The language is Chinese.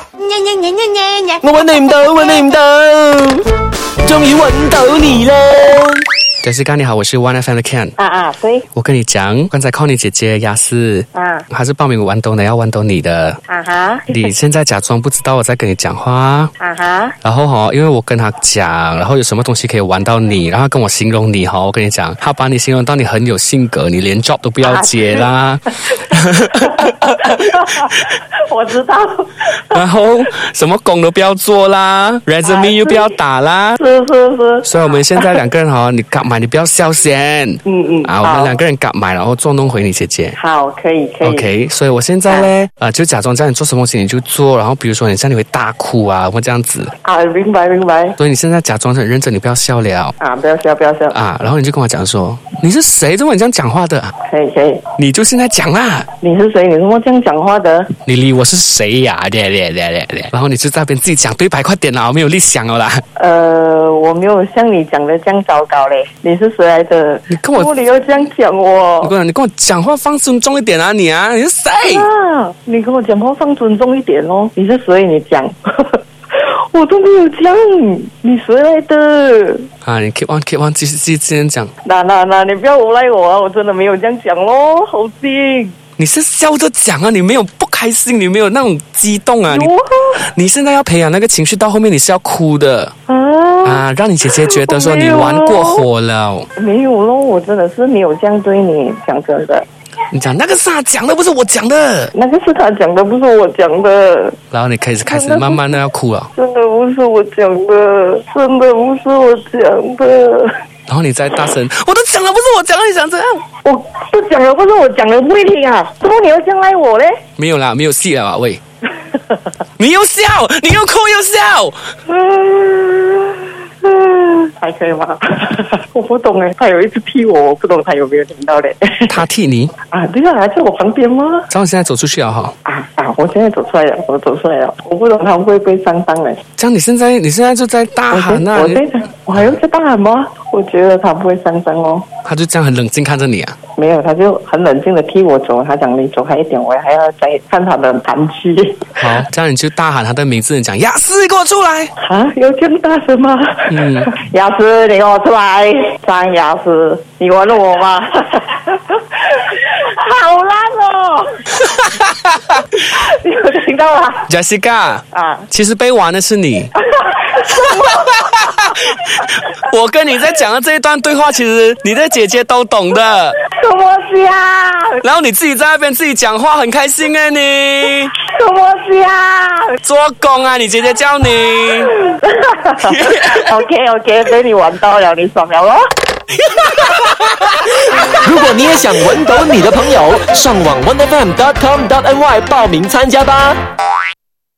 呀呀呀呀！我揾你唔到，揾你唔到，终于揾到你啦！贾斯卡你好，我是 One FM 的 Ken。啊啊，对我跟你讲，刚才 call 你姐姐雅思，啊还是报名玩懂的，要玩懂你的。啊哈你现在假装不知道我在跟你讲话，啊哈然后哈、因为我跟他讲，然后有什么东西可以玩到你，然后他跟我形容你哈、我跟你讲，他把你形容到你很有性格，你连 job 都不要接啦。啊 我知道， 然后什么工都不要做啦，resume 又不要打 啦。是是是，所以我们现在两个人哈、你敢买你不要笑先嗯嗯，啊，我们好两个人敢买，然后捉弄回你姐姐。好，可以可以 OK，所以我现在呢，啊，就假装叫你做什么东西你就做，然后比如说你像你会大哭啊，或这样子，啊，明白明白，所以你现在假装很认真，你不要笑了啊，不要笑不要笑，啊，然后你就跟我讲说你是谁，怎么你这样讲话的？可哎以可以，你就现在讲啦，你是谁？你怎么这样讲话的？你理我是谁呀、咧咧咧咧咧，然后你就在那边自己讲对白，快点啊啦，我没有力想了啦。呃，我没有像你讲的这样糟糕嘞，你是谁来的？你跟我你又这样讲你我。跟我你跟我讲话放尊重一点啊，你啊，你是谁？啊，你跟我讲话放尊重一点哦。你是谁？你讲， 我都没有讲。你谁来的？啊，你 keep on keep on，继续继续继续讲。那那那，你不要诬赖我啊！我真的没有这样讲咯，好劲。你是笑着讲啊，你没有不开心，你没有那种激动啊，你有啊你现在要培养那个情绪，到后面你是要哭的啊，啊，让你姐姐觉得说你玩过火了。没有咯，我真的是没有这样对你。讲真的，你讲那个是他讲的，不是我讲的。那个是他讲的，不是我讲的，然后你开始开始慢慢的要哭了，真的不是我讲的，真的不是我讲的。然后你再大声，我都讲了，不是我讲的，你想怎样？我都讲了，不是我讲的不会听啊，怎么你要这样赖我嘞？没有啦，没有戏了啊， 喂。你又笑，你又哭又笑，嗯，还可以吗？我不懂哎，他有一直踢我，我不懂他有没有听到嘞。他替你。啊，对啊，还在我旁边吗？然后现在走出去了哈，啊啊，我现在走出来了，我走出来了，我不懂他会不会上当嘞。这样你现在你现在就在大我喊啊呐、觉我在想，我还要再大喊吗？我觉得他不会上当哦。他就这样很冷静看着你啊。没有，他就很冷静的踢我走，他讲你走开一点，我还要再看他的盘区。好，这样你就大喊他的名字，你讲雅思，给我出来！ 啊，有这么大声吗？ 嗯，雅思，你给我出来！张雅思，你玩弄我吗？ 好烂哦！ 你有听到吗？ Jessica，啊，其实被玩的是你。我跟你在讲的这一段对话，其实你的姐姐都懂的。什么啊？然后你自己在那边自己讲话，很开心哎、你什么啊？ 做工啊，你姐姐叫你。 OK OK，被你玩到了，你爽了咯。如果你也想揾到你的朋友，上网 onefm.com.ny 报名参加吧。